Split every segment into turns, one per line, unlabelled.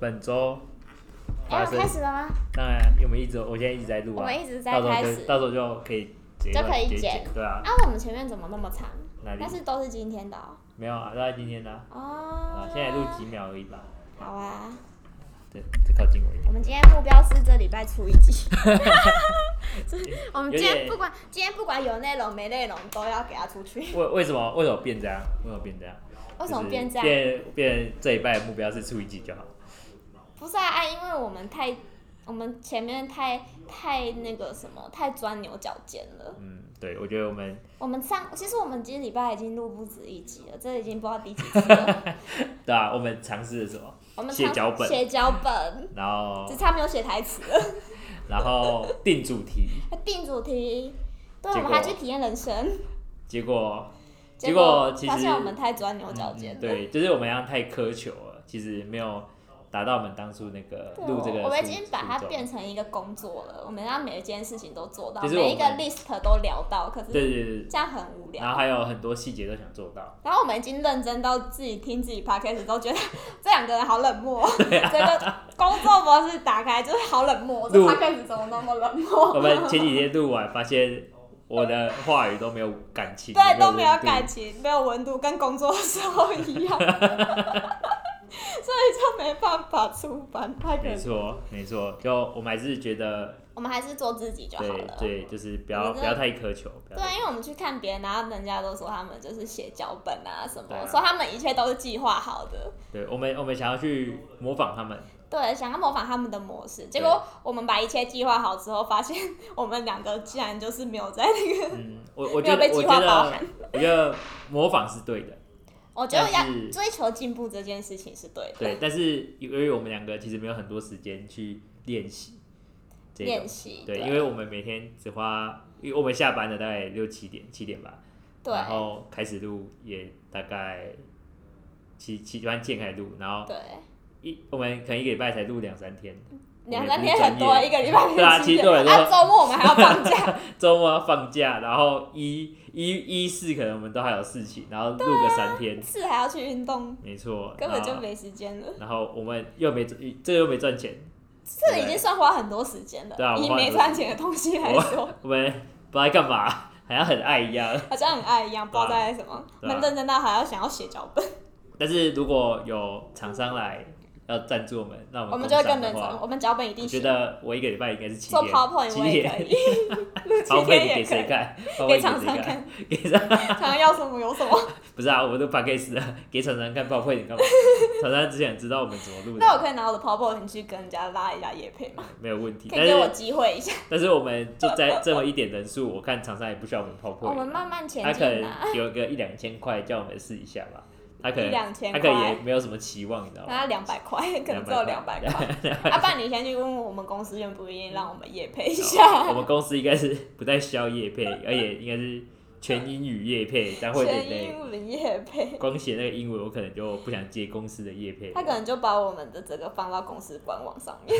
本周
哎、
发
我
生
开，始了吗？
当然我们一直我现在一直在录
我
啊，
们一直在
到时候
开
就
始。
到时候就可以截
就可以
截
剪
对啊，
啊，我们前面怎么那么长？
哪里
但是都是今天的哦。
没有啊？那今天呢？啊
哦，，
现在录几秒而已吧，
好啊，
对，再靠近我一点。
我们今天目标是这礼拜出一 集。就是我们今
有
天
点
不管今天不管有内容没内容都要给它出去。
为为什么为什么变这样？为什么变这样？
为什
就
么
是
变这样？
变变这一拜的目标是出一集就好。
不是啊，啊因为我们太我们前面太太那个什么太钻牛角尖了。
嗯，对，我觉得我们
我们上其实我们今天礼拜已经录不止一集了，这已经不知道第几集 了。
对啊，我们尝试了什么？
我们
写
常
脚本哦
写脚本，
然后
只差没有写台词了。
然后定主题，
定主题，对，
结
我
果
们还去体验人生，
结果结
结
果其
发
实
现我们太钻牛角尖
嗯
了。
对，就是我们要太苛求了，其实没有达到我们当初那个
对，
嗯录这个
我们已
初
经把它
初衷
变成一个工作了，我们让每一件事情都做到，
就是我们嗯
每一个 list 都聊到，可是
对对对，对
这样很无
然后
聊。
还有很多细节都想做 到，
然后我们已经认真到自己听自己 podcast 都觉得这两个人好冷 漠，这个工作模式打开就是好冷漠，这
录
podcast 怎么那么冷漠？
我们前几天录完发现我的话语都没有感情，
对，都没有
温度
感情，没有温度，跟工作的时候一样，所 以就没办法出版，太可
没
惜。
错没错，就我们还是觉得
我们还是做自己就好
对
了。
对，就是不要
我们真的
不要太苛求，不要
对啊
太
因为我们去看别人，然后人家都说他们就是写脚本啊什么，
对啊
说他们一切都是计划好的，
对我们我们想要去模仿他们，
对，想要模仿他们的模式。结果我们把一切计划好之后，发现我们两个竟然就是没有 在那个，
嗯，我我
没
觉得
有被
我
计
觉
划包
得
含。
我觉得模仿是对的，
我觉得要
但是
追求进步这件事情是对的。
对，但是由于我们两个其实没有很多时间去练习这
练
种，
习
对，因为我们每天只花，因为我们下班了大概六七点七点吧，
对
然后开始录也大概七七点半开始录，然后
对
一我们可能一个礼拜才录两三天，
两三天很多，一个礼拜
对啊
天
其实对我来说
啊，周末我们还要放 假，
周末要放假，然后一一一四可能我们都还有事情，然后录个三天，
是还要去运动，
没错，
啊根本就
然后。
没时间了。
然后我们又没这又没赚钱，
这已经算花很多时间了，
对啊
以
我花很
没
多
赚钱的东西来说，
我们不知道在干嘛， 好像很爱一样。
好像很爱一样，不
对啊
知道在什么，
对啊
能认真到还要想要写脚本，
但是如果有厂商来要赞助我们，那我们
我们就
工
会
商
更
的
认
话
真，我们脚本一定
我觉
写，
得我一个礼拜应该是七
做
天，
PowerPoint
七
我也可
天，
以，录
好
七
配你
天
给
也可
谁
以，
看？好配
给
你
厂商
谁看？
看，
给厂
厂商要什么有什么。
不是啊，我都 p a c k a g 了，给厂商看 PowerPoint 你干 嘛？厂商只想知道我们怎么录
那我
的，
可以拿我的 PowerPoint 去跟人家拉一下叶配吗？
没有问题。
可
但
以给我
是
机会一下，
但是我们就在这么一点人数，我看厂商也不需要我们
我们
PowerPoint，
慢慢前
他可
进啊，
能有个一两千块叫我们试一下吧，他可
一
能
两千
他可能也
块。
没有什么期望，你知道吗？
那两百 块，可能只有两百块。啊，不然你先去问问我们公司愿不愿意让我们夜配一
我
下，
们公司应该是不太需要业配，而且应该是全英语业配，但会有点
全
累。
英文夜配。
光写那个英文，我可能就不想接公司的业配。
他可能就把我们的这个放到公司官网上 面，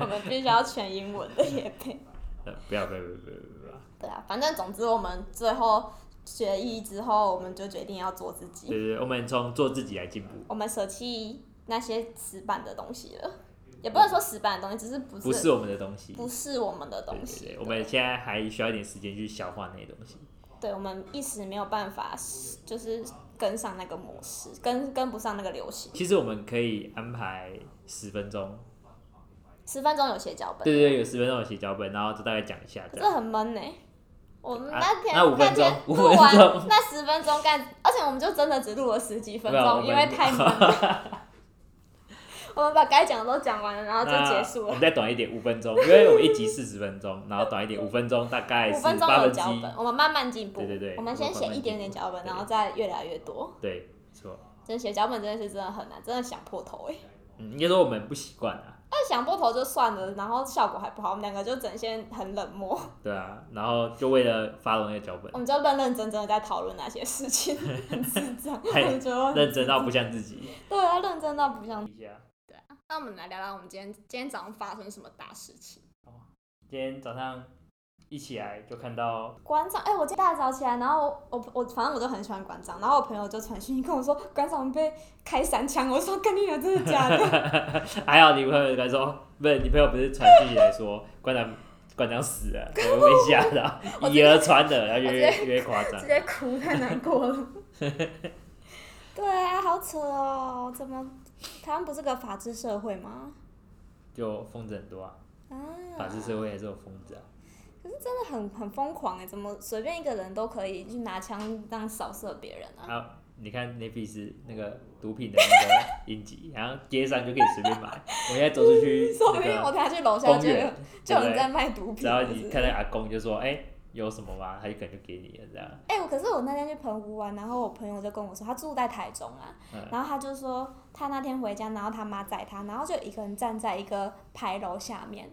我们必须要全英文的夜配。
呃不要不要不要不要不要！
对啊，反正总之我们最后决议之后，我们就决定要做自
对
己，
对，对我们从做自己来进步，
我们舍弃那些死板的东西了，也不能说死板的东西，只是不是
不是我们的东西。
不是我们的
对
东西。
对对，我们现在还需要一点时间去消化那些东西。
对我们一时没有办法，就是跟上那个模式，跟跟不上那个流行。
其实我们可以安排十分钟，
十分钟有写脚本，
对对对，有十分钟的写脚本，然后就大概讲一下这
可
样。
是很闷呢、欸我们
啊
那天、
那五分钟
天
五
录
分钟
完那十分钟干，而且我们就真的只录了十几分
没啊有我
钟，
们
因为太闷了。 我们把该讲的都讲完了，然后就结
那
束
我
了。
们再短一点，五分钟，因为我们一集四十分钟，然后短一点五分钟，大概
五
是
分钟
八
有
分
脚
之一
本，我们慢慢进步。
对对对
我们先
我们慢
写
慢
一点点
进
脚本，
对
然后再越来越多。
对，没错。
真写脚本这件事真的很难，真的想破头哎、欸。
嗯，应该说我们不习惯啊，
但想破头就算了，然后效果还不好，我们两个就呈现很冷 漠，
对啊，然后就为了发龙那个脚本
我，们就认认真真的在讨论那些 事情，很智障，我觉得
认真到不像自己。
对啊，认真到不像
一下，
那我们来聊聊我们今天今天早上发生什么大事情。
今天早上一一起来就看到，
馆长，哎、我今天一大早起来，然后我我我反正我就很喜欢馆长，然后我朋友就传讯息跟我说馆长被开三枪，我说跟你讲真的 假的？
还好你朋友来说，不是你朋友不是传讯息来说，馆长馆长死了，我被吓到，
我
以讹传讹，然后越
我
越越夸张
直。接哭，太难 过了。对啊，好扯哦，怎么台湾不是个法治社会吗？
就疯子很多啊，
啊，
法治社会还是有疯子啊。
真的很很疯狂哎，怎么随便一个人都可以去拿枪这样扫射别人啊？
啊，你看 n e t f l 那个毒品的那个影集，然后街上就可以随便买。我现在走出去
说不定
那
我
个
等下去楼下
公
就有
园，
就有
对
人
不
在
对？
卖毒品。
只要
是不
你
是
看到阿公就说：“哎、有什么吗？”他就可能就给你了这样。
哎、我可是我那天去澎湖玩，然后我朋友就跟我说，他住在台中啊，
嗯
然后他就说他那天回家，然后他妈载他，然后就一个人站在一个牌楼下面，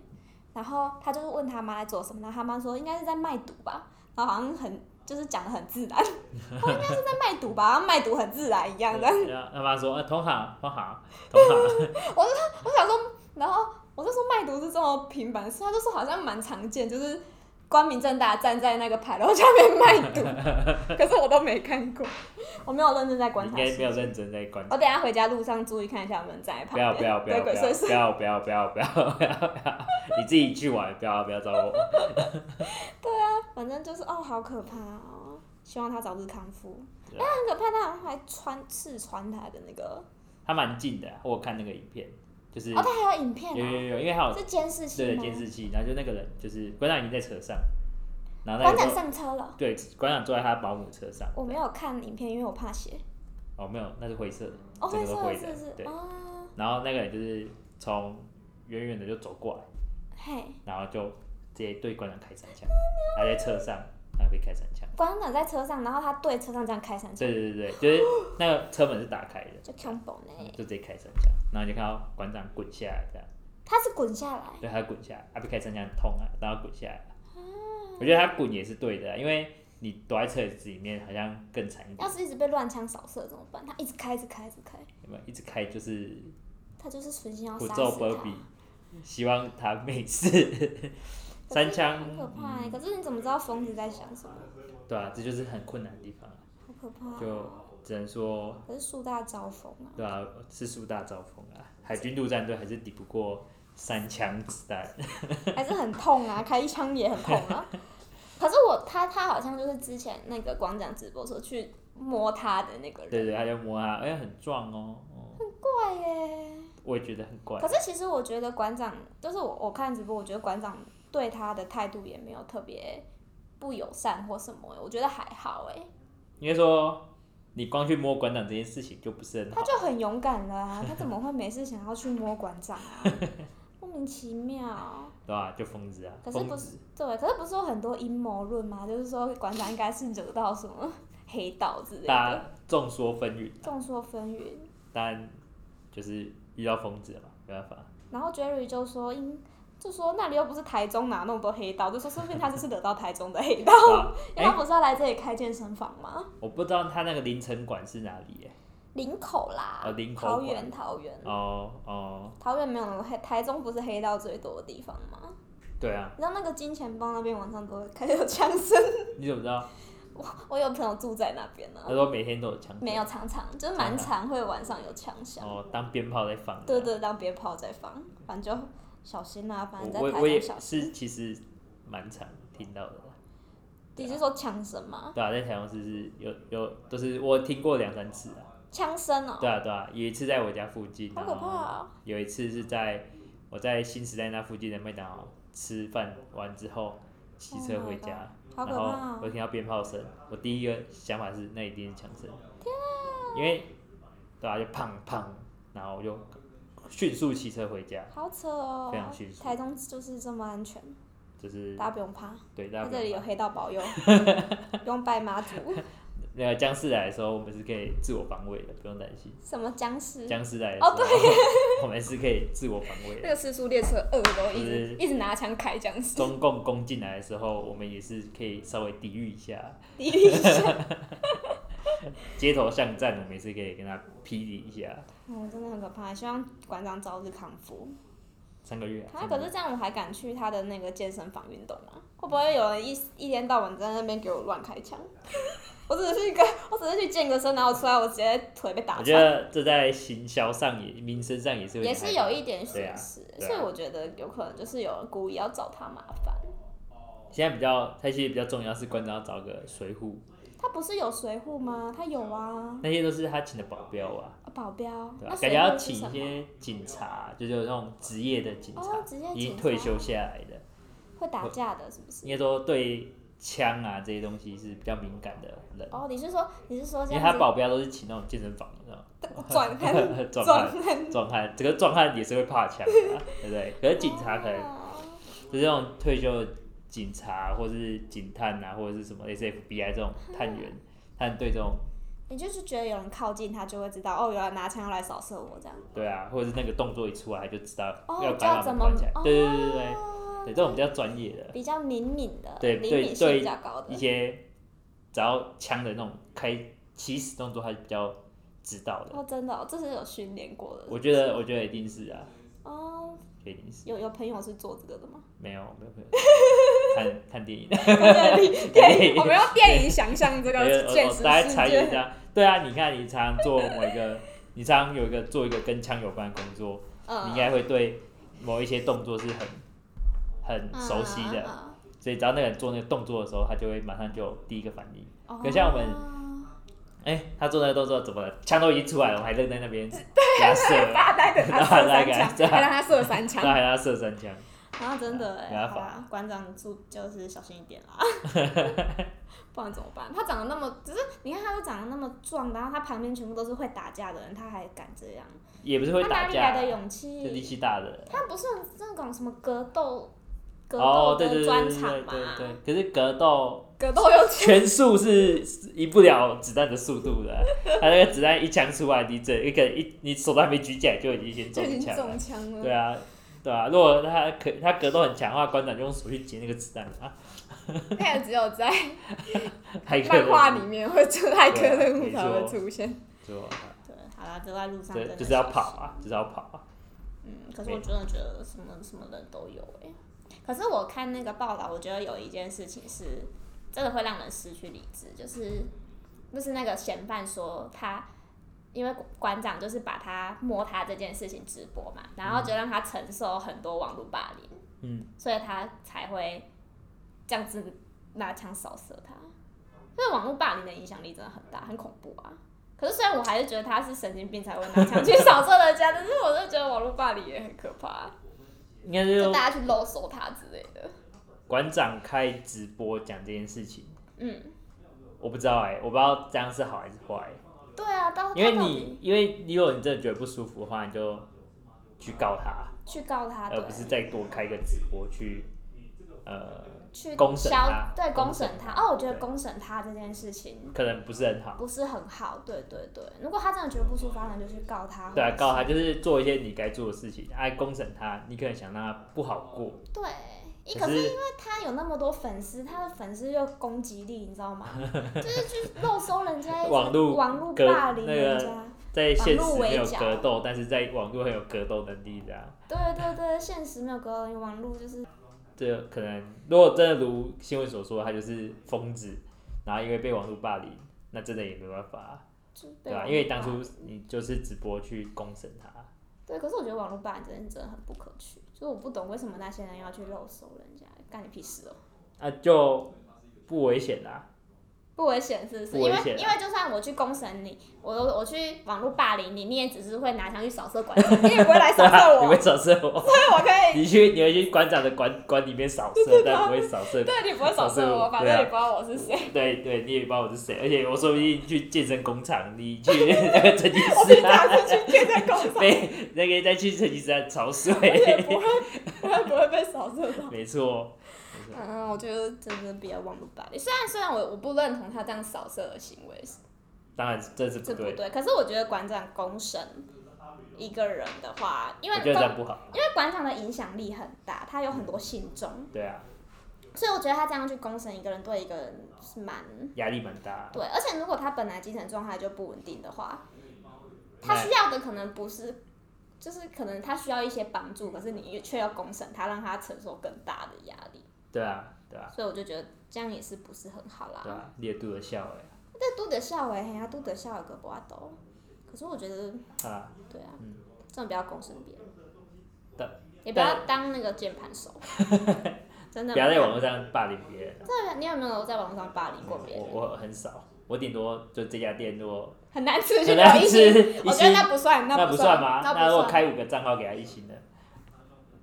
然后他就是问他妈在做什么，然后他妈说应该是在卖毒吧，然后好像很就是讲的很自然， 他应该是在卖毒吧，好像卖毒很自然一样的。
对然后他妈说：“啊，同行，同行，同行。
我想说，然后我就说卖毒是这么平凡的事，他就说好像蛮常见，就是光明正大站在那个牌楼下面卖毒， 可是我都没看过，我没有认真在”观
你应
察。
该没有认真在观察。
我等一下回家路上注意看一下有没有人站在旁
不要
边。
不要不要
对
不
鬼
要
祟
不
祟。
要不要不要不要不要！你自己去玩，不要不要找我。
反正就是哦，好可怕哦！希望他早日康复。
对啊
但很可怕，他好像还穿刺穿他的那个，
他蛮近的，我有看那个影片，就是
哦，
有
他还有影片
有
哦，
有，因为他有
是监视器
对
吗？
监视器，然后就那个人就是馆长已经在车上，然后那
馆
个时候
长上车了，
对馆长坐在他保姆车上，
我没有看影片，因为我怕血。
哦没有，那是灰色的，
哦，
整个
灰色
都
的
灰
是
的
不是
对，
啊，
然后那个人就是从远远的就走过来，
嘿，
然后就直接对馆长开三枪，他在车上，然后被开三枪，
馆长在车上，然后他对车上这样开三枪，
对对对对，就是那个车门是打开的，
就 combo 呢，
就直接开三枪，然后你就看到馆长滚下来这样，
他是滚下来，
对他滚下来，他被开三枪很痛啊，然后滚下来了，我觉得他滚也是对的啊，因为你躲在车子里面好像更惨一点
要。是一直被乱枪扫射怎么办？他一直开，一直开，一直开，
有没有一直开就是
他就是存心要
诅
杀
咒
死
波
他
比。，希望他没事。 三枪嗯
很可怕欸、可是你怎么知道疯子在想什么？
对啊，这就是很困难的地方啊，
好可怕、
就只能说
可是树大招风啊！
对啊，是树大招风啊，海军陆战队还是抵不过三枪子弹。
还是很痛啊， 开一枪也很痛啊。可是我他他好像就是之前那个广场直播说去摸他的那个人，
对对，他就摸他，哎、很壮哦。哦
怪耶。
我也觉得很怪
可，是其实我觉得馆长，就是我我看直播，我觉得馆长对他的态度也没有特别不友善或什么耶，我觉得还好哎，
应该说你光去摸馆长这件事情就不是很
他
好。
就很勇敢了啊，他怎么会没事想要去摸馆长啊？莫名其妙。
对吧、就疯子啊，
可是
疯
不是
子，
对，可是不是有很多阴谋论吗？就是说馆长应该是惹到什么黑道之类
大
的，
家众说纷纭，
众说纷纭。
但就是遇到疯子了嘛，没办法。
然后 Jerry 就说，因就说那里又不是台中，哪有那么多黑道？就说说不定他就是惹到台中 的黑道，
对吧
因为他不是要来这里开健身房吗？
我不知道他那个凌晨馆是哪里耶、
林口啦，
哦林口
桃
馆
园，桃园，
哦哦，
桃园没有那么黑，台中不是黑道最多的地方吗？
对啊，
你知道那个金钱帮那边晚上都会开始有枪声，
你怎么知道？
我我有朋友住在那边呢、
他说每天都有枪声。
没有常常，就是蛮常会晚上有枪响。
哦，当鞭炮在放。
对。对，当鞭炮再放，反正就小心啦、反正在
我我
台
我也
中小心。
是，其实蛮常听到的啦。
你是说枪声吗？
对啊，在台中市是有有都是我听过两三次啊。
枪声哦，
对啊对啊，有一次在我家附近，
好
然
可怕
后
啊！
有一次是在我在新时代那附近的麦当劳吃饭完之后，骑车
Oh my
回家，
好可
然
怕
后
啊
我！听到鞭炮声，我第一个想法是那一定是枪声，
啊
因为对啊，就砰砰，然后我就迅速骑车回家，
好扯哦
非常迅，速
台中就是这么安全，
就是
大家不用怕，
对大
它
家
这里有黑道保佑， 不用拜妈祖，
那个僵尸来的时候，我们是可以自我防卫的，不用担心。
什么僵尸，
僵尸来的时候，
哦
我们是可以自我防卫
那
的。
个四速列车二都
就
一直
是
一直拿枪开僵尸，
中共攻进来的时候，我们也是可以稍微抵御一下。
第 一下，
街头巷战，我们也是可以跟他霹雳一下。
哦，真的很可怕，希望馆长早日康复。
三个月、啊，
他
三
可
个
是
月
这样，我还敢去他的那个健身房运动吗？会不会有人一一天到晚在那边给我乱开枪？ 我只是去个，我只是去健个身，然后出来我直接腿被打
我觉
穿，
得这在行销上也、名声上也是
也
点
是
害
有
怕
一点
对啊
损失，
对啊
所以我觉得有可能就是有人故意要找他麻烦。
现在比较，它其实比较重要是馆长要找个水扈，
他不是有随护吗？他有啊，
那些都是他请的保镖啊，
啊保镖。
对吧、
那
感
随
觉要
护是
请
什
一
么？
些警察，就是有那种职业的警察，
哦，职业
已经
警
退
察
休下来的，
会打架的，是不是
应？该说对枪啊这些东西是比较敏感的人，
哦，你是说你是
嗯
说
因为
这样
他
子
保镖都是请那种健身房的，你知道吗？
转开
壮汉，
转开？
壮汉，这个壮汉也是会怕枪的、 啊，对不对？可是警察可能
哦
就是那种退休的警察或是警探啊，或者是什么 SFBI 这种探员，
嗯
他们对这种
你就是觉得有人靠近他，就会知道哦，原来拿枪要来扫射我这样。
对啊，或者是那个动作一出来就知道
哦，
要
就
把
要
他
怎
们
么
关起来，
哦
对对对对对，这种比较专业的，
比较灵敏的，
对
灵
对
敏性
对
比较高
一
的。
些只要枪的那种开起始动作，他比较知道的。
哦，真的、哦，这是有训练过的。
我觉得，我觉得一定是啊，
哦，
一定是
有有朋友是做这个 的吗？
没有没有没 有看看电影，啊
对，我们用电影想象这
我
个
我
现
我
实
大概
世
猜一
界。
下，对啊，你看你常常做某一个，你常常有一个做一个跟枪有关的工作，你应
嗯，
该会对某一些动作是很很熟悉的，
嗯。
所以只要那个人做那个动作的时候，他就会马上就有第一个反应。
嗯嗯
可像我们
哦
哎、他做那个动作怎么了？枪都已经出来了，我还愣在那 边
啊
给他射了，
发呆的 他射
发呆啊
三
给他
枪，
射
还让他射三
然后
枪，
还要射三枪。
然后真的
啊没
哎，
办
好
法
啦，馆长注就是小心一点 啦，不然怎么办？他长得那么，只是你看他都长得那么壮，然后他旁边全部都是会打架的人，他还敢这样，
也不是会
他哪
打
里来
架，
的勇
就力气
气？
大的。
他不是有那种什么格斗格
哦
斗，
对对对
的专
对
场
对
嘛？
对对，可是格斗
格斗又
全速是赢不了子弹的速度的，他那个子弹一枪出来，你整一个一你手都还没举起来就已经先
就
中
已经
枪了
中。枪了。
对啊，对啊，如果他可他格斗很强的话，馆长就用手去接那个子弹啊，
他也只有 在
还可
漫画
以
里面会出，骇客
对啊
任务
没
才会
错
出现。
就
对，好啦，就在路上真
对，
的
就是要
小
跑
心
啊，就是要跑啊。
嗯，可是我真的觉得什么什么人都有哎、可是我看那个报道，我觉得有一件事情是真的会让人失去理智，就是就是那个嫌犯说他。因为馆长就是把他摸他这件事情直播嘛，然后就让他承受很多网络霸凌，
嗯，
所以他才会这样子拿枪扫射他。所以网络霸凌的影响力真的很大，很恐怖啊！可是虽然我还是觉得他是神经病才会拿枪去扫射人家，但是我就觉得网络霸凌也很可怕，
应该是
就大家去露手他之类的。
馆长开直播讲这件事情，
嗯，
我不知道哎、我不知道这样是好还是坏、
对啊，到
因为
他到
你
底
因为如果你真的觉得不舒服的话，你就去告他，
去告他，
而
对，
不是再多开一个直播去呃，
去
公审
消
他
对
公
公审
审
他。哦，我觉得
对
公审他这件事情
可能不是很好。
不是很好，对对对。如果他真的觉得不舒服，那就去告他。
对啊，告他
或者
就是做一些你该做的事情，哎，公审他，你可能想让他不好过，
是对。一
可
可
是
是因为他有那么多粉丝，他的粉丝又攻击力，你知道吗？就是去漏搜人家一 些
网络
网络
隔
霸凌
那
人
个
家。
在现
网
实
络
没有
围剿
格斗，但是在网络很有格斗能力的、啊。
对对对，现实没有隔离，网络就是
这可能如果真的如新闻所说，他就是疯子，然后因为被网络霸凌，那真的也没办法啊，
就是被
对吧、
网络
因为当
霸
初
凌
你就是直播去公审他，
对，可是我觉得网络霸凌真的真的很不可取，就是我不懂为什么那些人要去露手人家，干你屁事哦、
那、就不危险啦、
不危险是不是？
不
因为
危险啊
因为就算我去公审你，我我去网络霸凌你，你也只是会拿枪去扫射馆长，你也不会来
对
扫射
啊，
我，
你
所
会扫射我，
以我可以，
你去你会去馆长的馆馆里面扫射，但不会扫射。
对你不会扫
扫射
射
我
我，反
对啊
正你不知道我是谁，
对对，你也不知道我是谁，而且我说不定去健身工厂，你 去成吉
我是
思
他
汗
是去健 身工厂，
被那个再去成吉思汗潮
而且
水，
不会不会不会被扫射到。
没错，
嗯，我觉得真的比较网络霸凌，虽然虽然我我不认同他这样扫射的行为，
当然这是不
这不
对，
对。可是我觉得馆长公审一个人的话，因为
我觉得这
馆
样不好，
因为馆长的影响力很大，他有很多信众，
对啊。
所以我觉得他这样去公审一个人，对一个人是蛮
压力蛮大。
对。而且如果他本来精神状态就不稳定的话，他
那
需要的可能不是。就是可能他需要一些帮助，可是你却要公审他，让他承受更大的压力。
对啊，对吧、
所以我就觉得这样也是不是很好啦。
对吧、啊你也对得笑
但杜德孝哎，嘿呀，杜德孝有个瓜斗，啊可是我觉得，
哎、啊，
对啊，
嗯
这种不要公审别人，
但
也不要当那个键 盘手，真的
不要在网络上霸凌别人啊、
真的，你有没有在网络上霸凌过别
我
人？
我很少，我顶多就这家店如果
很难吃，
可
去
能
聊一
是
星，
一
我觉得
星，
那不算，
那
不
算
算
吗？
那
那如果
不算。
开五个账号给他一星的，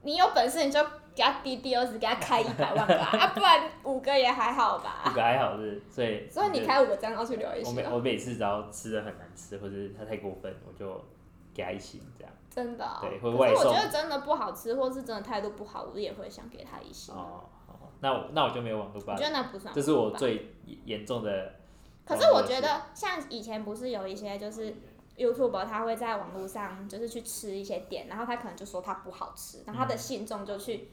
你有本事你就给他滴滴二十，给他开一百万个啊，啊不然五个也还好
五
吧。
个还好是，所以
所以
就
你开五个账号去留一
我
星
每
哦，
我每次只要吃的很难吃，或者是他太过分，我就给他一星这样。
真的哦。
对
可
会外
是我
送
觉得真的不好吃，或是真的态度不好，我也会想给他一星。
哦，好那我那我就没有网络
我
霸
觉
凌，
得那不算。
这是我。最严重的。
可是我觉得像以前不是有一些就是 YouTube 他会在网络上就是去吃一些店，然后他可能就说他不好吃，然后
嗯
他的信众就去。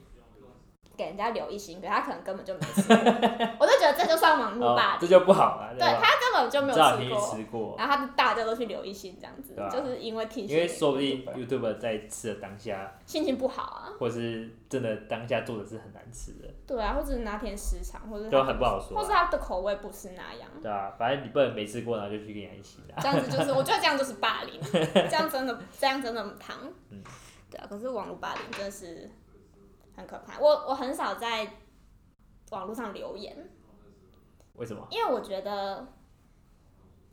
给人家留一星，可他可能根本就没吃过，我就觉得这就算网络霸
哦，这
凌，
就不好了，
对
吧？
他根本就没有
至少你
吃
去
过。
吃过，
然后他们大家都去留一星这样子，
对啊
就是因为听
因
信
为说不定 YouTube 在吃的当下，
心情不好啊，
或是真的当下做的是很难吃的，
对啊，或者是哪天时长，或者
就很不好说
嗯或是
啊，
他的口味不是那样，
对吧、反正你不能没吃过，然后就去跟人家一起啦。
这样子就是我觉得这样就是霸凌，这样真的这样真的很糖，
嗯
对啊，可是网络霸凌真的是很可怕，我我很少在网络上留言，
为什么？
因为我觉得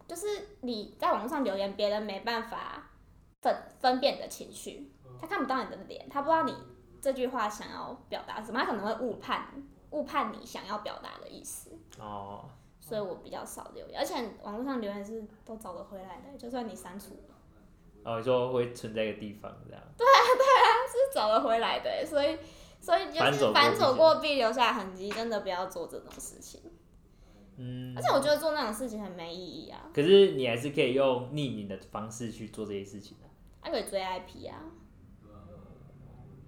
就是你在网络上留言，别人没办法分分辨你的情绪，他看不到你的脸，他不知道你这句话想要表达什么，他可能会误判误判你想要表达的意思，
哦，
所以我比较少留言，而且网络上留言是都找得回来的，就算你删除了，
哦，你说会存在一个地方这样，
是 找得回来的，欸所以所以就
反手
是
过
反
必
手
留
过必留下痕迹，真的不要做这种事情，
嗯
而。且我觉得做那种事情很没意义啊，
可是你还是可以用匿名的方式去做这些事情啊。
还可以追 IP 啊，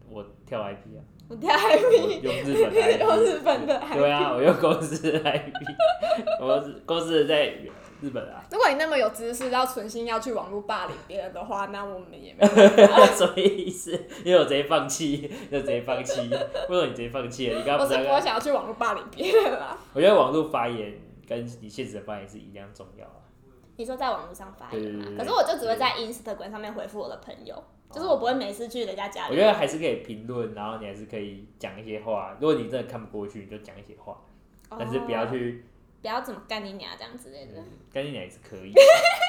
我跳 IP 啊，
我跳 IP
我。用日本的 IP，
用日本的
对啊，我用公司的 IP，我是公司的在日本 啊，
如果你那么有知识，要存心要去网络霸凌别人的话，那我们也 没有办法。
所以是因为我直接放弃，就直接放弃。为什么你直接放弃了？你刚
我
刚不
是
是
不
刚
会想要去网络霸凌别人啦。
我觉得网络发言跟你现实的发言是一样重要啊。
你说在网络上发言嘛？
对对对哦
可是我就只会在 Instagram 上面回复我的朋友，就是我不会每次去人家家
我
里。
觉得还是可以评论，然后你还是可以讲一些话。如果你真的看不过去，你就讲一些话，但是不要
哦、
去，
不要怎么干你娘这样之类的。哦
嗯，跟你讲也是可以，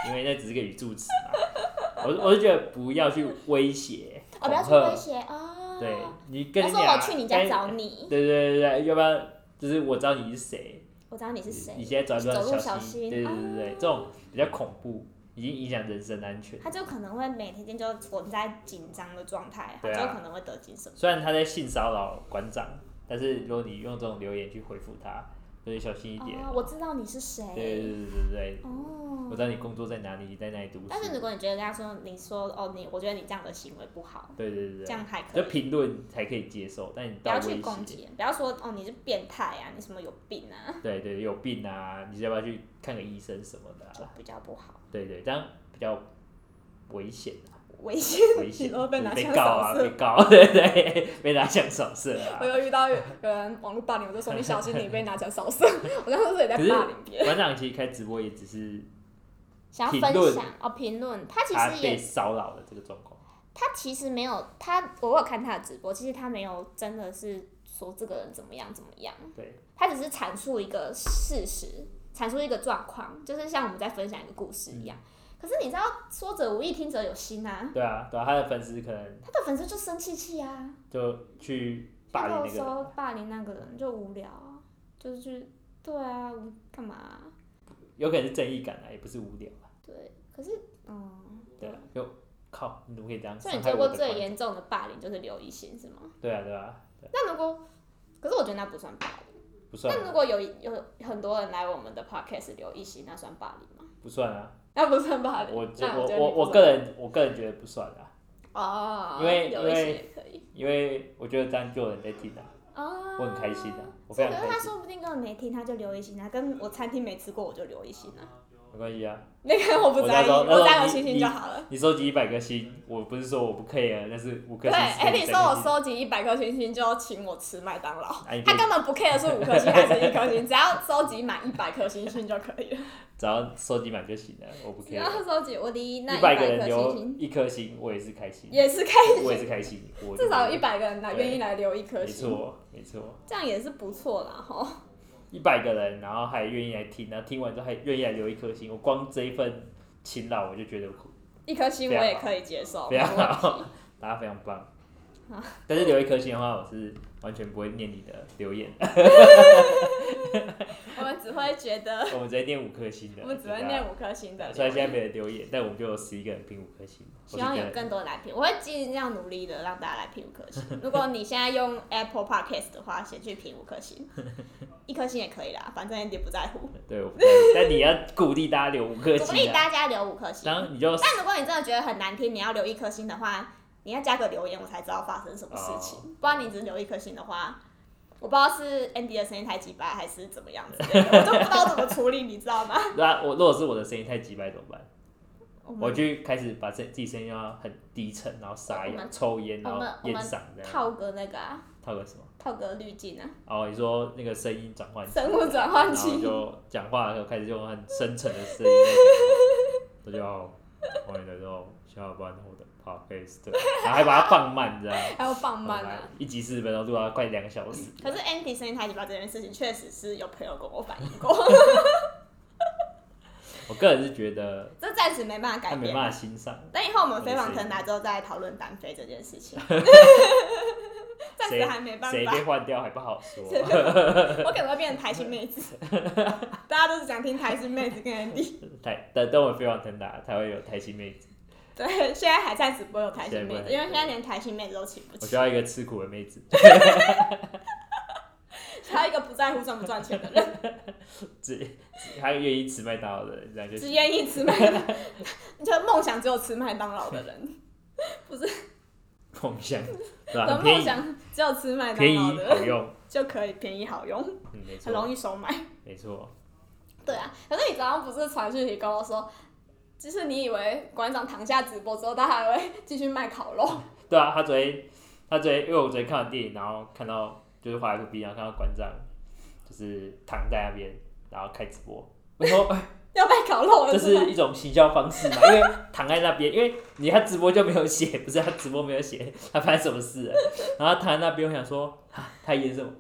因为那只是个语助词 嘛。我我就觉得不要去威胁，
哦，不要去
恐吓
威胁哦。
对你跟
要
你
说
讲，啊
我去你家
跟
找你，
对对对对，要不然就是我知道你是谁，
我知道你是谁
你，现在转
走路
转
小
心，
心啊
对对对对，这种比较恐怖，已经影响人身安全。
他就可能会每天就存在紧张的状态，他
对啊
就可能会得精神。
虽然他在性骚扰馆长，但是如果你用这种留言去回复他，所以小心一点。
哦，我知道你是谁。
对对对对对，
哦
我知道你工作在哪里，你在哪里读书。
但是如果你觉得跟他说，你说哦，你我觉得你这样的行为不好，
对对对
这
对，
样还
就
可以，
评论才可以接受，但你
不
到
要
威
去攻
胁，
击，不要说哦你是变态啊，你什么有病啊，
对对，有病啊，你要不要去看个医生什么的、
就
啊？
比较不好，
对对，这样比较危险啊。
危险。
危险，
你都哦被拿
被
枪
告啊，
扫射
被告， 对对，被拿枪扫射啊
我。 又遇到有人网络霸凌，我就说你小心你被拿枪扫射， 我当时也在
可是
霸凌别人。
馆长其实开直播也只是
想要
评
分
论
享哦，评论他其
他
实
被
也
骚扰的这个状况，
他其实没有他，我有看他的直播，其实他没有真的是说这个人怎么样怎么样，
对，
他只是阐述一个事实，阐述一个状况，就是像我们在分享一个故事一样。可是你知道，说者无意，听者有心啊。
对啊，对啊，他的粉丝可能
他的粉丝就生气气啊，
就去霸
他
凌那
到
个
时
人
候
啊，
霸凌那个人就无聊啊，就是去对啊，无干嘛啊、
有可能是正义感啊，也不是无聊啊，
对，可是嗯，
对啊，就靠，你怎么可以这样
所以
伤
你
害
做
我
过
的
最
观？
严重的霸凌就是刘一心是吗？
对啊，对啊，对啊
那如果，可是我觉得那不算霸凌。
不算
那
啊
如果有有很多人来我们的 podcast 刘一心，那算霸凌吗？
不算啊，
那不算霸凌。
我觉
那
我
觉
我
得你不
我
算
个人我个人觉得不算啊，
哦，
因为
有一些也可以。
因为我觉得这样就有人在听啊，
哦，
我很开心啊，我
所
非
以
常
可是
开
他
心，
说不定根本没听，他就留一星啊，跟我餐厅没吃过我就留一星啊。
没关系啊。
那个我不在
我那
意，
时候那时候
我在我
你
星星
你
就好了。
你收集一百颗星，我不是说我不 care，但啊是五颗
对，
星。
哎、你说我，收集一百颗星星就请我吃麦当劳，
哎
他根本不 care 是五颗星还是一颗星，只要收集满一百颗星星就可以了。
只要收集满就行了，我不
只
care
要。收集我的那
一
一
百
百
个人
颗星
留
星，
一颗星，我也是开心，
也是开
我也
心，
是开心。我
至少有一
一
百个人来
对
愿意来留一颗
没
星，
错，没错，
这样也是不错啦 吼。
一百个人，然后还愿意来听，然后听完之后还愿意来留一颗星，我光这一份勤劳，我就觉得
一颗星我也可以接受，
非
没
常
问
好
题。，
大家非常棒
好。
但是留一颗星的话，我是完全不会念你的留言，
我们只会觉得，
我们直接念五颗星的。
我们只
大
会
家
念五颗星的
虽然现
留
在
言。
没人留言，但我们就有十一个人评五颗星。我
希
是
望
觉
有
得
更多人来评，我会尽量努力的让大家来评五颗 星。如果你现在用 Apple Podcast 的话，先去评五 颗星，一颗星也可以啦，反正也不在乎。
对，我不太但你要鼓励大家留五颗
鼓励
星啊，
大家留五颗星。
然后你就
但如果你真的觉得很难听，你要留一颗星的话，你要加个留言，我才知道发生什么事
哦
情。不然你只留一颗星的话，我不知道是 Andy 的声音太鸡巴还是怎么样 子，我都不知道怎么处理，你知道吗？
那我如果是我的声音太急白怎么办？
我
我
们
就开始把自自己声音要很低沉，然后沙
我
哑，
们
抽烟，
我
然后
们
烟嗓这样。
套个那个啊，
套个什么？
套个滤镜啊，
哦，你说那个声音转换器，
生物转换
然后
器。
就讲话的时候开始用很深沉的声音在讲话。大家好，欢迎来到下班后的 podcast，然后还把它放慢，这样。
还有放慢啊！嗯
一集四十分钟，录到快两个小时。
可是 Andy 声音太鸡巴这件事情，确实是有朋友跟我反映过，
我个人是觉得
这暂时没办法
他
改
没
变。
办法欣赏，
等以后我们飞往腾达之后再讨论单飞这件 事情， 暂时
谁
还没办
谁
法。
被换掉还不好说。
谁 我可能会变成台系妹子，大家都是想听台系妹子跟 Andy。
台等等我飞往腾达才会有台新妹子，
对，现在还暂时不会有台系妹
现在不
子，
会
因为现在连台系妹子都请不
我
起
需，要一个吃苦的妹子，
需要一个不在乎赚不赚钱的人，
只只还愿意吃麦当劳的人，这样就
只
行。
愿意吃麦当劳， 就梦想只有吃麦当劳的人，
梦 想对吧？
的
啊很便
梦
宜，
想只有吃麦当
便
劳
宜
的
好
人
用，
就可以便宜好用，
嗯，没
很容
错，
易收买。
没错，
对啊，可是你早上不是传讯息跟我说，就是你以为馆长躺下直播之后，他还会继续卖烤肉，
对啊。他昨天他昨天因为我昨天看完电影，然后看到就是华 F B，然后看到馆长就是躺在那边，然后开直播，我说
要卖烤肉了，
这
是吗
是一种行销方式嘛，因为躺在那边，因为你他直播就没有写，不是他直播没有写他发生什么事了，然后躺在那边，我想说啊他演什么？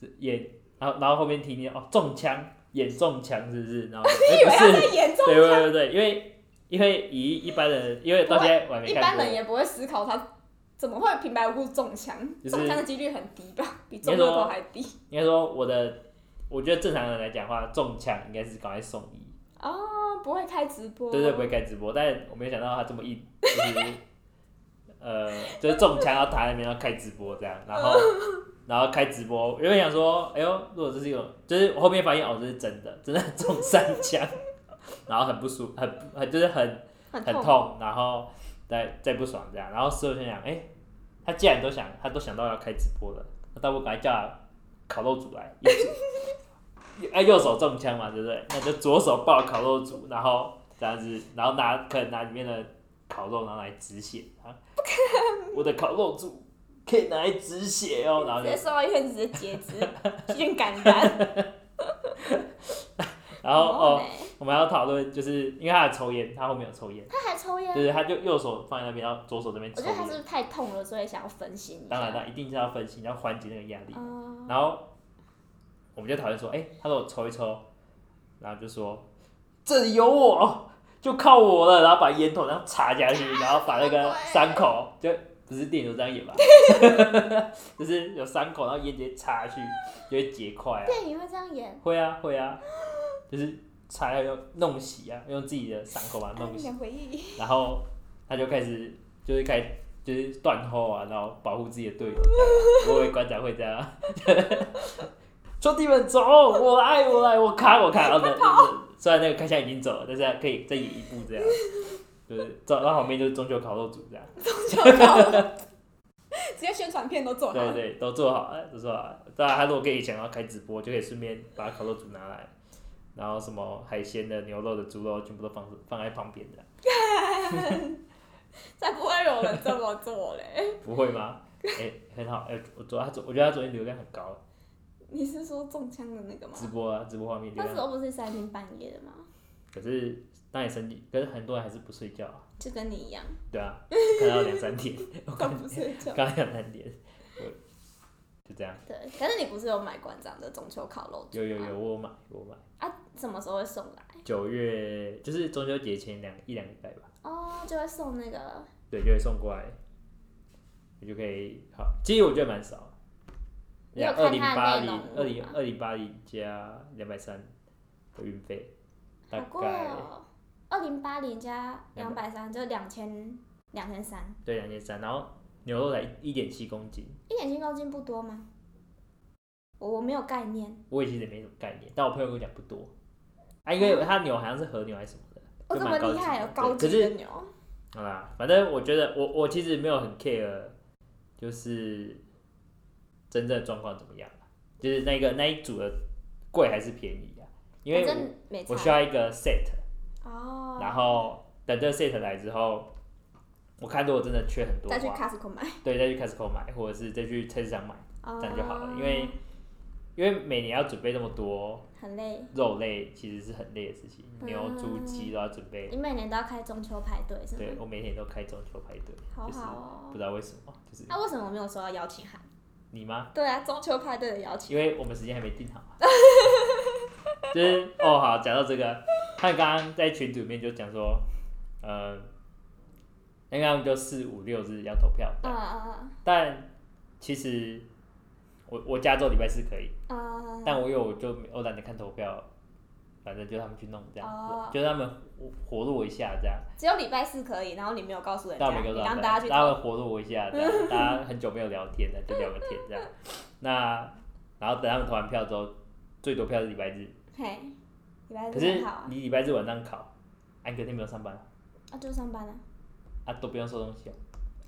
是演，然后然后后面听见哦中枪，演中枪是不是？然后我 就哎、不
你以为他在
是，
严重
对对对对，因为因为以一般人，因为到现在我还没
一般
看过
人，也不会思考他怎么会平白无故中枪，
就是
中枪的几率很低吧， 比
你
中
说
乐透还低。
应该说我的，我觉得正常人来讲的话，中枪应该是赶快送医，
哦，不会开直播，
对对，不会开直播，但我没有想到他这么硬，就是呃，就是中枪要躺在那边要开直播这样，然后然后开直播，原本想说，哎呦，如果这是有，就是我后面发现哦，这是真的，真的中三枪， 然后很不舒服，很很就是很
很
很
痛。
痛，然后再再不爽这样，然后事后想想，哎，他既然都想，他都想到要开直播了，那倒不如赶快叫烤肉组来，一起 哎，右手中枪嘛，对不对？那就左手抱烤肉组，然后这样子，然后拿可能拿里面的烤肉，然后来止血啊，我的烤肉组可以拿来止血哦，然后
直
就
接送到医院，直接截 肢，先感染。
然后
哦
哦，，我们要讨论就是因为他有抽烟，他后面有抽烟，
他还抽烟，
就是他就右手放在那边，然后左手这边
我
抽
觉得他
烟
是。不是太痛了，所以想要分心一
当然
下。
啦，一定是要分析，要缓解那个压力。
嗯
然后我们就讨论说，哎、他说我抽一抽，然后就说这里有我哦，就靠我了，然后把烟头然后插下去，然后把那个伤口就不是电影都这样演吧， 就是有伤口，然后烟直接插下去就会结块 啊，
电影会这样演，
会啊会啊，就是插要用弄洗啊，用自己的伤口把它
啊
弄
有
洗，
点回忆。
然后他就开始就是开始就是断后啊，然后保护自己的队友。我以为馆长会这样， 兄弟们走，我来我来，我卡我啊卡。然后呢，虽然那个开枪已经走了，但是还可以再演一步这样。就是走，然后旁边就是中秋烤肉组这样，
直接宣传片都做好
对
了，
对，啊都做好了，都做好了。当然，他如果可以想要开直播，就可以顺便把烤肉组拿来，然后什么海鲜的、牛肉的、猪肉全部都放放在旁边的，
才不会有人这么做嘞。
不会吗？哎、很好，哎、我昨他昨我觉得他昨天流量很高，
你是说中枪的 那个吗？
直播啊，直播画面流
那时
量。
候不是三更半夜的吗？
可是当你生气，可是很多人还是不睡觉啊，
就跟你一样，
对啊，看到两三点， 我
都
看
不睡觉。
刚刚两三点，我就这样。
对，可是你不是有买馆长的中秋烤肉
有有
吗
有，我有买我有买。
啊？什么时候会送来？
九月就是中秋节前两一两个礼拜吧，
哦，就会送那个
对，就会送过来，你就可以好。其实我觉得蛮少的，
你有
两二
看
零
它
八
的内
零
容
二零
吗
二零八零加两百三的运费，大
好贵
概、
哦，二零八零加两百三就两千两千三，
对两千三，然后牛肉才一点七公斤，
一点七公斤不多吗？我我没有概念，
我也其实没什么概念，但我朋友跟我讲不多，啊，因为它牛好像是和牛还是什么的，
哦，
就
这么
蛮高
厉害
级
哦
的，
高
对
级
可是
的牛，
好啦，反正我觉得我我其实没有很 care，就是真正的状况怎么样啊就是那个那一组的贵还是便宜啊？因为
反
我
正没
我需
差。
要一个 set，
哦，
然后等这个 set 来之后，我看如果真的缺很多啊
再去
的话，
Costco 买，
对，再去 Costco 买，或者是再去菜市场买，
哦
这样就好了。因为因为每年要准备那么多
很累，
肉类，其实是很累的事情，牛、猪、
嗯
鸡都要准备。
你每年都要开中秋派对是
对
吗？
我每天都开中秋排队，
好
就是
好哦
不知。道为什么，就是
那、为什么没有收到邀请函？
你吗？
对啊，中秋派对的邀请
因为我们时间还没定好 啊。就是哦，好，讲到这个，他刚刚在群组里面就讲说，呃，应该他们就四五六日要投票，
函。啊
但其实我我加州礼拜四可以，
啊啊！
但我有我就没我懒得看投票，反正就他们去弄这样子，
哦
就是他们活活络一下这样，
只有礼拜四可以，然后你没有告诉人家，
到每个
你
都
让大家去
他们活络一下 这样，大家很久没有聊天了，就聊个天这样。那然后等他们投完票之后，最多票是礼拜日。
嘿，礼拜
可
日
是
很好啊，
你礼拜日晚上考，啊，你隔天没有上班
啊就上班啊，
啊，都不用收东西哦。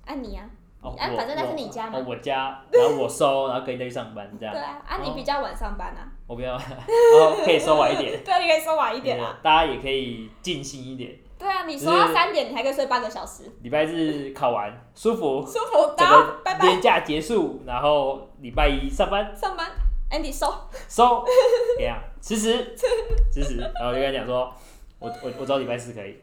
啊你啊，
哦，
啊
我
反正那是
我
你家嘛
哦，我家，然后我收，然后隔天再去上班，这
对
样。
啊，啊
哦
你比较晚上班啊，
我不要， 然后可以收晚一点，
对啊，你可以说晚 一点啊，
对大家也可以尽兴一点。
对啊，你
只
说到
是
三点，你还可以睡半个小时，
礼拜日考完舒服，
舒服
整
到，拜
个
拜，
年假结束，然后礼拜一上班
上班，Andy 收，
收，怎样？辞职，辞职。然后我就跟他讲说，我我我找礼拜四可以，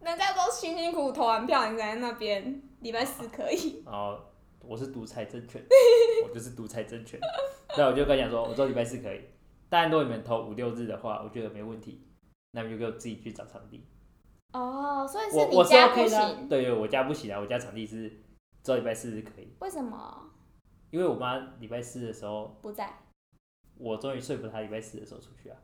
人家都辛辛苦苦投完票，你在那边礼拜四可以，
然后我是独裁政权， 我就是独裁政权。那我就跟他讲说，我做礼拜四可以，但如果你们投五六日的话，我觉得没问题，那你们就给我自己去找场地。
哦，所以
我
是
我
你
是
家不
OK 的啊
行，，
对对，我家不行啊，我家场地是做礼拜四是可以，
为什么
因为我妈礼拜四的时候，
不在？
我终于说服她礼拜四的时候出去啊。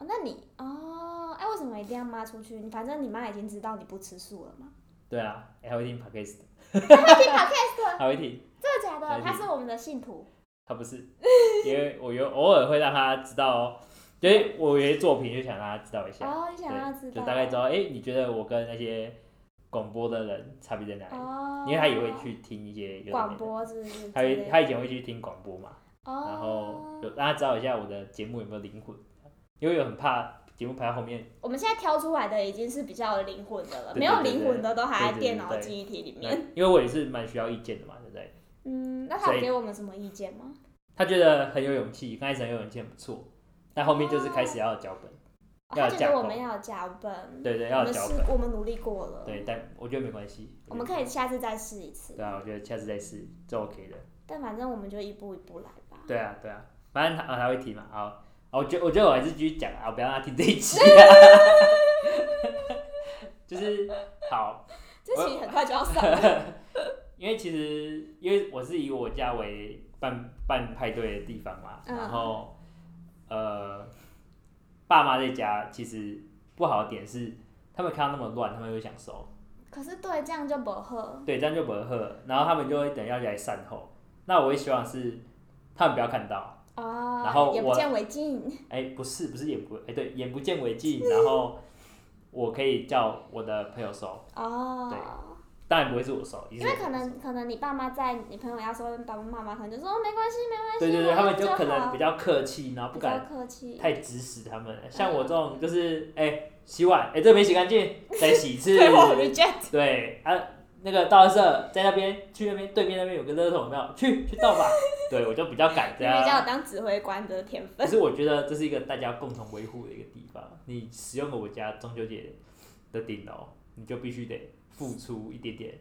哦，那你哦，哎，为什么一定要妈出去？你反正你妈已经知道你不吃素了嘛。
对啊，欸还会听 podcast，
她听 podcast，
还会听，
真的假
她
的？
听
她是我们的信徒。
她不是， 因为我有偶尔会让她知道哦，就是我有些作品就想让她知道一下。
哦，你想要知
对，就
道？
大概知道，哎、你觉得我跟那些广播的人差别在哪里？
哦，
因为他也会去听一些有的
广
没的，
播，是不是？
他会他以前会去听广播嘛，
哦，
然后就让他知道一下我的节目有没有灵魂，因为我很怕节目排到后面，
我们现在挑出来的已经是比较有灵魂的了，
对
没有
对对
灵魂的都还在
对对
电脑
对
记忆体里
那
面。
因为我也是蛮需要意见的嘛，对不对？
嗯，那他
所
有
以
给我们什么意见吗？
他觉得很有勇气，刚开始很有勇气，很不错，但后面就是开始要有脚本，
哦
要
他
有
觉得
架
我
构
们要有脚本，
对对，
我
要有
们
脚
试
本，，
我们努力过了。
对，，但我觉得没关系，
我们
以，
可以下次再试一次。
对啊，我觉得下次再试，这 OK 的。
但反正我们就一步一步来吧。
对啊，对啊，反正他、啊、他会提嘛。好，啊我觉我觉得我还是继续讲啊，我不要让他听这一期、 就是好，
这期很快就要上了。
因为其实因为我是以我家为办办派对的地方嘛，
嗯
然后呃，爸妈在家其实不好的点是，他们看到那么乱，他们会想收，
可是对，这样就不好。
对，这样就不喝，然后他们就会等要来善后。那我也希望是他们不要看到，
哦，
然后
眼不
我
见为净。
哎、不是，不是眼不，哎、对，眼不见为净。然后我可以叫我的朋友收，对
哦，
当然不会是我收，一定
因
是
为
我
可能可能你爸妈在你朋友家说爸爸妈妈，可能就说、哦、没关系没关系，
对对对，
我
他们
用
就
就
可能
好
比较客气，然后不
比
敢
较客气， 嗯
太指使他们了。像我这种就是，哎、洗碗，哎、这个没洗干净，再洗一 次。
对我 reject，
对啊，那个倒垃圾在那边，去那边对面那边有个垃圾桶，有没有？去去倒吧。 对啊嗯我就比较敢这
你比较
样。
有当指挥官的天
可
分。
是我觉得这是一个大家共同维护的一个地方。你使用了我家中秋节的顶楼，你就必须得付出一点点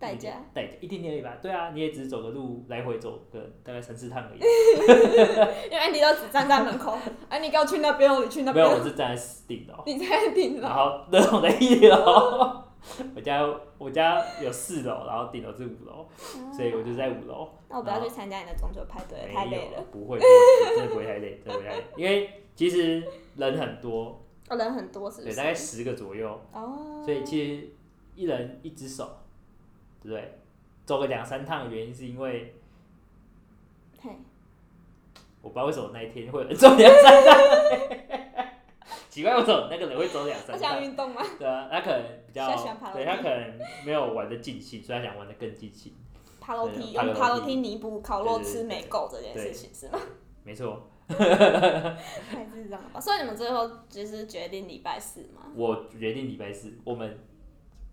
代价，
代价一点点而已吧。对啊，你也只是走个路，来回走个大概三四趟而 已。
因为安迪都只站在门 口，安迪给我去那边，我去那
嗯没有，我
边，
是站在顶楼。
你在顶
然
楼，
后 那种在一楼，我家我家有四楼，然后顶楼是五楼，嗯所以我就在五楼。
哦那我不要去参加你的中秋派对了，太
没有
累了。，
不会，不会真的不会太累，真的不会太累，因为其实人很多，
哦，人很多是不
对，
是？
大概十个左右，
哦，
所以其实一人一只手，对不对？走个两三趟的原因是因为
嘿，
我不知道为什么那一天会有人走两三趟， 奇怪为什么那个人会走两
我
三趟
想？运动吗？
对啊，他可能比较
比较喜欢爬楼
对
梯
他可能没有玩的尽兴，所以他想玩的更尽兴。
爬楼
对
梯，
爬楼
用
梯
爬楼梯弥补烤肉
对对
吃
对
没够这件事情是吗？
没错，
太智障了吧！所以你们最后就是决定礼拜四吗？
我决定礼拜四，我们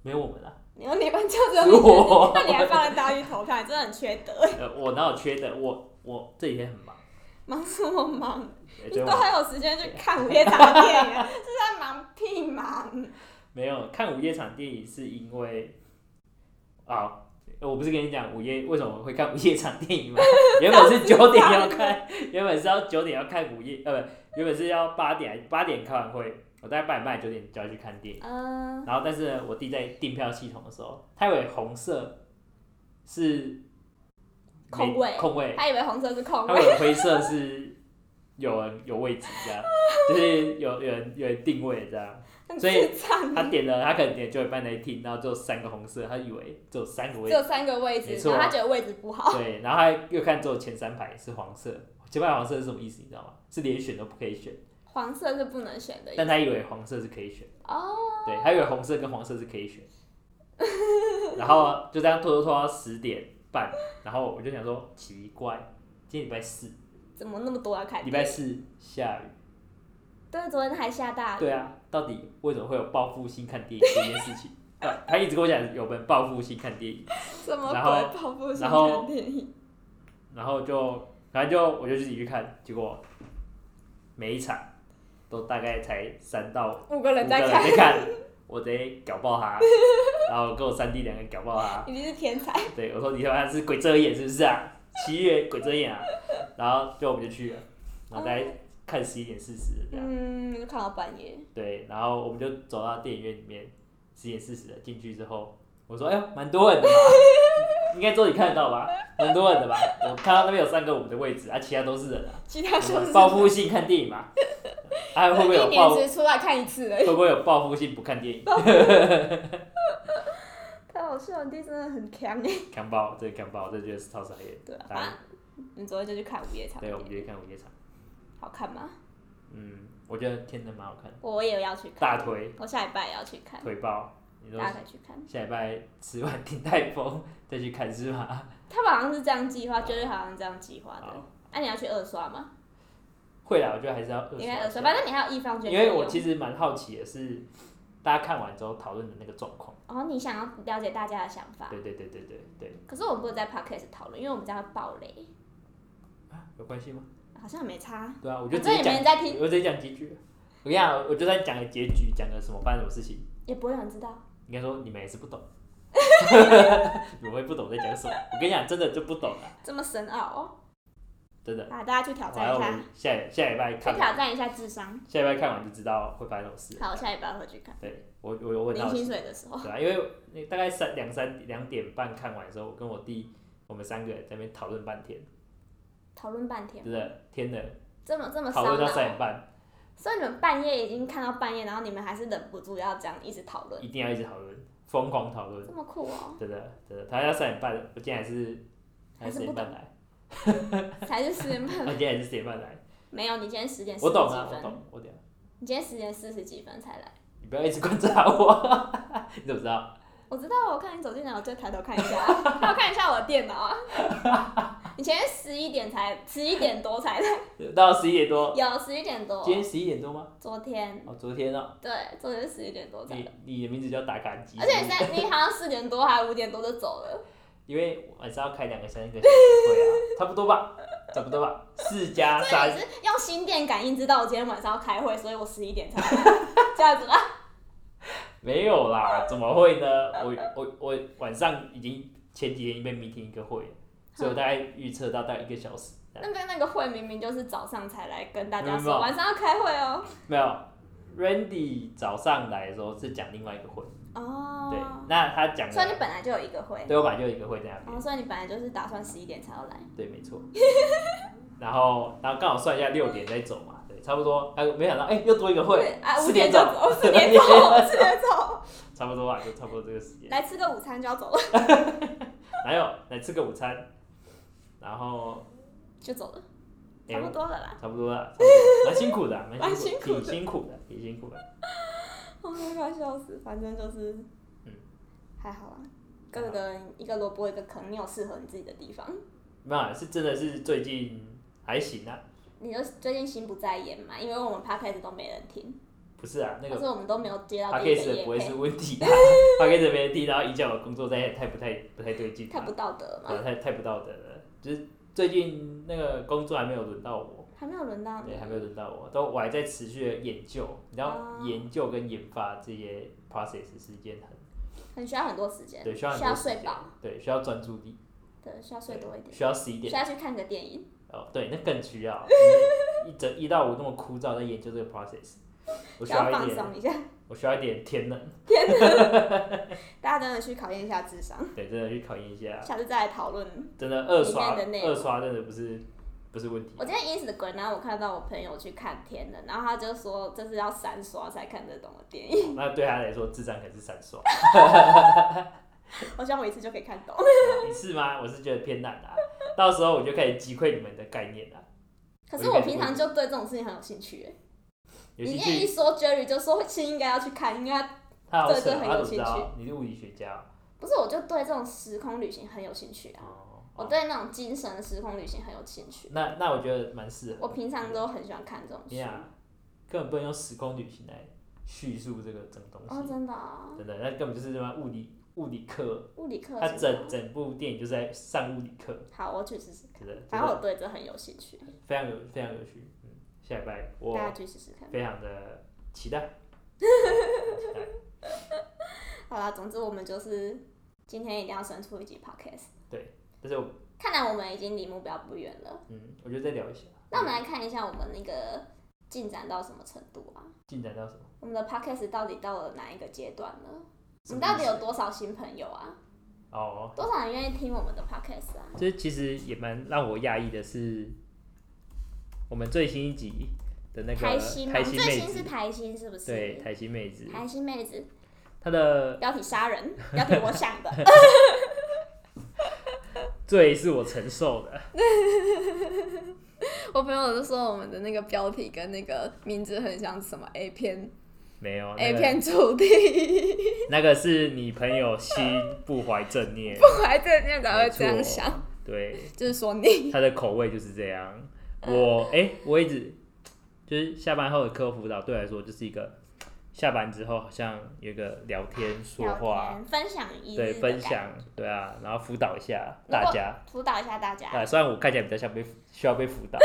没有我们啊，
你们礼拜就只有
是
你决定，
我，
那你还放在大鱼投票，你真的很缺德。
呃，我哪有缺的？我我这几天很忙，
忙什么忙？
呃
你
昨天
都
晚
还有时间去看午夜场的电影，是在忙屁忙？
没有看午夜场电影，是因为啊。我不是跟你讲午夜为什么会看午夜场电影吗？ 原本是九点要看， 原本是要九点要看午夜，呃，不，原本是要八点八点开完会，我大概八点半九点就要去看电影。
嗯，
然后但是呢，我弟在订票系统的时候，他以为红色是
空位
没空位，
他以为红色是空
他
位，
以为灰色是有人有位置这样，就是有有人有人定位这样。
很
所以
智障
他点了，他可能点九点半那一厅，然后只有三个红色，他以为只有三个位置，
只有哦三个位置，
没错
然后他觉得位置不好，
对，然后他又看只有前三排是黄色，前排黄色是什么意思？你知道吗？是连选都不可以选，
黄色是不能选的
但他以为黄色是可以选。
哎哦。
对，还有红色跟黄色是可以选。然后就这样拖拖拖到十点半，然后我就想说奇怪，今天礼拜四，
怎么那么多要看？
礼拜四下雨，
对，昨天还下大雨。
对啊，到底为什么会有报复性看电影这件事情？ 啊、他一直跟我讲有人报复性看电影，
什么
然后
鬼跑步性
然后
看电影？
然后就反正就我就自己去看，结果每一场都大概才三到
五个
五个
人
人
在看，
在看，我直接搞爆他，然后跟我三弟两个人搞爆 他，
一定是天才。
对，我说你他妈是鬼遮眼是不是啊？七月鬼遮眼啊！然后就我们就去了，然后大概看十一点四十这样，
嗯，就看到半夜。
对，然后我们就走到电影院里面，十点四十了，进去之后，我说哎呦，蛮多人的嘛，应该桌你看得到吧？蛮多人的吧？我看到那边有三个我们的位置，啊，其他都是人啊，
其他就是
报复性看电影嘛，啊， 会不会有
一
报
年只出来看一次而已。
会不会有报复性不看电影？
太好笑，你弟真的很强哎。
看爆，这个看爆，这个就是超傻眼。
对啊，
当然
反正你昨天就去看午夜场，
对，我们就去看午夜场，
好看吗？
嗯，我觉得天真蛮好看的。
我也要去看，
大腿
我下礼拜也要去看，
腿爆，你说
大家可以去看。
下礼拜吃完 顶泰丰再去看是吗？
他们好像是这样计划，就是好像这样计划的
哦好。
那、你要去二刷吗？
会啦，我觉得还是要二
应该二
刷
刷，
一下，
反正你还有一方觉得
因为我其实蛮好奇的是，大家看完之后讨论的那个状况。
哦，你想要了解大家的想法，
对对对对对对，
可是我们不能在 podcast 讨论，因为我们这样会爆雷，
啊有关系吗？
好像没差。
对啊，我就直
反正
接
也
讲
没人在听，
我直接讲结局。我跟你讲，我就算讲个结局，讲个什么发生什么事情，
也不会有人知道。
应该说你们也是不懂， 你们会不懂在讲什么。我跟你讲，真的就不懂了，
这么深奥哦！
真的。
啊，大家去挑
然
战
后
一
我
下
们，下下礼拜
去
看完，
挑战一下智商。
下礼拜看完就知道会发生什么事。
好，下礼拜回去看
对我我我很
领
好奇
薪。水的时候。
对啊，因为那大概三两三两点半看完的时候，我跟我弟我们三个人在那边讨论半天，
讨论半天
真，的天的
这么这么
讨
烧
论到
脑，
三点半，
所以你们半夜已经看到半夜，然后你们还是忍不住要这样一直讨论，
一定要一直讨论，疯狂讨论，
这么酷哦！
真的真的，讨论到三点半，我今天还是还
还
是
是
十
不
点半
懂
来，
才是十点
我
半，
今天还是十点半来，
没有，你今天十点四
我
十
懂
几
啊，我
分，
懂，我懂，
你今天十点四十几分才来，
你不要一直观察我，你怎么知道？
我知道，我看你走进来，我就抬头看一下，那我看一下我的电脑啊。 你前天十一点才，十一点多才来，
到十一点多，
有啊十一点多
今，天十一点多吗？
昨天
哦，昨天哦，
对，昨天十一点多才
你你的名字叫打卡机，
而且你三，你好像四点多还五点多就走了，
因为晚上要开两个三个小时会啊，差不多吧，差不多吧，四加
所以
三
你，是用心电感应知道我今天晚上要开会，所以我十一点 才来，这样子啊吧。
没有啦，怎么会呢？我我我晚上已经前几天已经被 meeting 一个会了，所以我大概预测到大概一个小时。
那边那个会明明就是早上才来跟大家
没有没
说
有
晚上要开会哦。
没有，Randy 早上来的时候是讲另外一个会，对
哦，，
那他讲
所以你
的，
本来就有一个会，
对我本来就有一个会在那边，
哦，所以你本来就是打算十一点才要来。
对，没错。然后，然后刚好算一下六点再走嘛，对，差不多。哎，没想到，哎、又多一个会，
啊，
四
五点就
走，
走，四点走， 四点走，
差不多啊，就差不多这个时间。
来吃个午餐就要走了，
还有来吃个午餐，然后，
就走了，
哎、
差不多了啦。
差不多啦，差不多，蛮辛苦的啊、
蛮
蛮
辛
辛苦
苦的
的，挺辛苦的，挺辛苦的。
我都哦快笑死，反正就是，
嗯，
还好啦，各个人一个萝卜一个坑，你有适合你自己的地方。
没有啊，是真的是最近还行啊，
你就最近心不在焉嘛，因为我们 podcast 都没人听，
不是啊，那
但
个
是我们都没有接到
p
自
a c a s
己的业
t 不会是
配，
问题 啊 p a c a s t 没人听，然后影响我工作，太太不太不太对劲啊，
太不道德了嘛。
对太太不道德了。就是最近那个工作还没有轮到我，
还没有轮到你
对，，还没有轮到我，都我还在持续的研究，你知
哦
道研究跟研发这些 process 是一件很
很需要很多时间，
对需要很
需
多
要
时间
睡饱，，
对，需要专注力，
对，需要睡多一点，
需要十一
需
点
要去看个电影，
哦，对，那更需 要，因为一整一到五那么枯燥在研究这个 process，我需
需要
要
放
一点，
松一下。
我需要一点天能，
大家真的去考验一下智商，
对，真的去考验一下，
下次再来讨论。
真的二刷
里面的内容
二刷真的不是不是问题，
我今天 Instagram，然后我看到我朋友去看天的，然后他就说这是要三刷才看得懂的电影。
那对他来说智商可是哦闪烁，
我希望我一次就可以看懂。
你是吗？我是觉得偏难啊，到时候我就开始击溃你们的概念了，
可是我平常就对这种事情很有兴趣耶。
有
你
兴
一
趣
一说 Jerry 就说其实应该要去看，应该
他好
对
扯
这
哦，
很
他怎
有
么
兴
知道
趣
你是物理学家哦？
不是，我就对这种时空旅行很有兴趣啊。
哦
我对那种精神时空旅行很有兴趣。
那那我觉得蛮适合。
我平常都很喜欢看这种
你
书。
想，根本不能用时空旅行来叙述这个整个
哦，
东西，
真的啊，
真的，那根本就是什么物理物理课，
物理课
他
什
整
么？
整部电影就是在上物理课，
好，我去试试看。
真的，真
反正
的
我对这很有兴趣，
非常有非常有趣。嗯，下礼拜
大家
我
去试试看。
非常的期待。期待
好啦，总之我们就是今天一定要生出一集 podcast。
但是我
看来我们已经离目标不远了。
嗯，我觉得再聊一下，
那我们来看一下我们那个进展到什么程度啊？
进展到什么？
我们的 podcast 到底到了哪一个阶段呢？我
什么
们到底
意思
有多少新朋友啊？
哦，
多少人愿意听我们的 podcast 啊？
就是其实也蛮让我讶异的是，我们最新一集的那个
台新嘛，我
台
们
新
最
妹
新是
子，
台新是不是？
对台新妹子，
台新妹子，
她的
标题杀人，标题我想的，
罪是我承受的，
我朋友就说我们的那个标题跟那个名字很像什么 A 片
没有、那
A
个、
片主题，
那个是你朋友心不怀正 念，
我还在那才会这样
没
想，
对，
就是说你
他的口味就是这样。
嗯
我哎、我一直就是下班后的课后辅导对我来说就是一个下班之后好像有一个聊天 说
聊
话，
天分享一日
对，
的
分
感
享，对啊，然后辅导一下
如果
大家。
辅导一下大家，
啊，虽然我看起来比较像被需要被辅 导，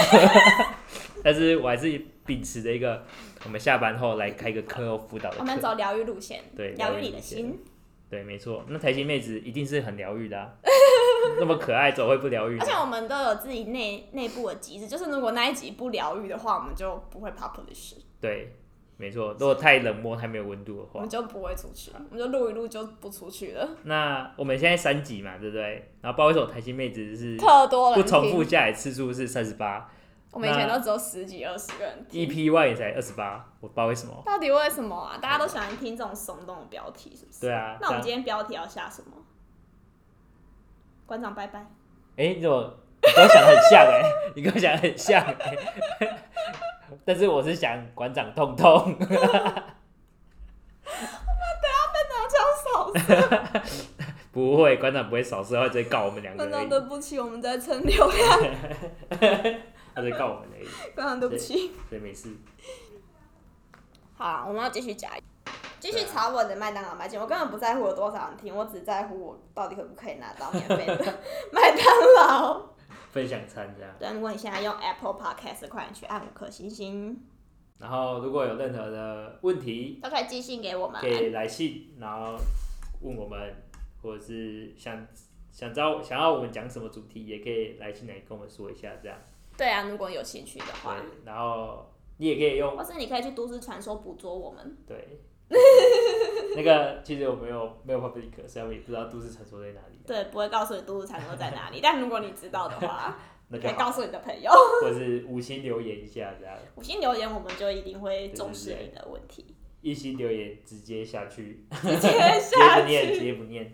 但是我还是秉持着一个，我们下班后来开一个课后辅导的
我们
课。
走疗愈路线，
对
疗
疗愈
愈你
路
的
线
心。
对，没错，那台新妹子一定是很疗愈的、啊， 那么可爱，怎么会不疗愈呢
而？且我们都有自己内内部的机制，就是如果那一集不疗愈的话，我们就不会 publish，
对，没错，如果太冷漠、太没有温度的
我
话
们，就不会出去，我们就录一录就不出去了，
那我们现在三级嘛，对不对？然后不好意思，我台新妹子是
特多
不
人
重复
听。
下来次数是三十八
我们以前都只有十几二十个人听，
，EP one 也才二十八，我不知道为什么。
到底为什么啊？大家都喜欢听这种耸动的标题，是不是？
对啊，
那我
这
们
样
今天标题要下什么？馆长拜拜。
哎、你怎么你跟我想的很像哎、 你跟我想的很像哎、 但是我是想馆长痛痛，
啊那这样扫扫射，
不会，馆长不会扫射，他直接告我们两个
馆
而
长
已，
对不起，我们在蹭流量，
他直接告我们而已，
馆长对不起。
所以没事。
好啊，我们要继续加油，继续炒我的麦当劳麦金，我根本不在乎有多少人听，我只在乎我到底可不可以拿到免费的 麦当劳。
分享餐这样。
对，如果你现在用 Apple Podcast，快点去按五颗星星，
然后如果有任何的问题，
都可以寄信给我们
可。以来信，然后问我们，或者是想想知道想要我们讲什么主题，也可以来信来跟我们说一下这样。
对啊，如果你有兴趣的话，
对，然后你也可以用
或是你可以去都市传说捕捉我们。
对。 那个其实我没有没有 public，所以我们也不知道都市传说在哪里，啊
对，啊不会告诉你都市传说在哪里，但如果你知道 的话，
那就
可以
好，
告诉你的朋友。
或者是五星留言一下这样，
五星留言，我们就一定会重视你的问 题。
一星留言直接下去，
直接
直接
下
不念，直
去，
接不念。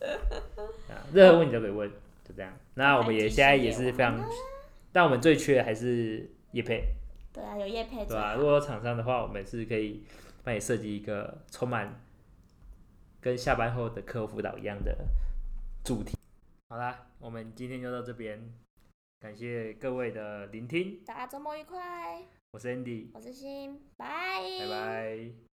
啊，任何问题都可以问，就这样。那我们也现在也是非常，但我们最缺的还是业配，
对啊，有叶配
对
最
吧、
好
如果有厂商的话，我们是可以帮你设计一个充满跟下班后的客户辅导一样的主题。好啦，我们今天就到这边，感谢各位的聆听，
大家周末愉快，
我是 Andy，
我是欣，拜
拜拜。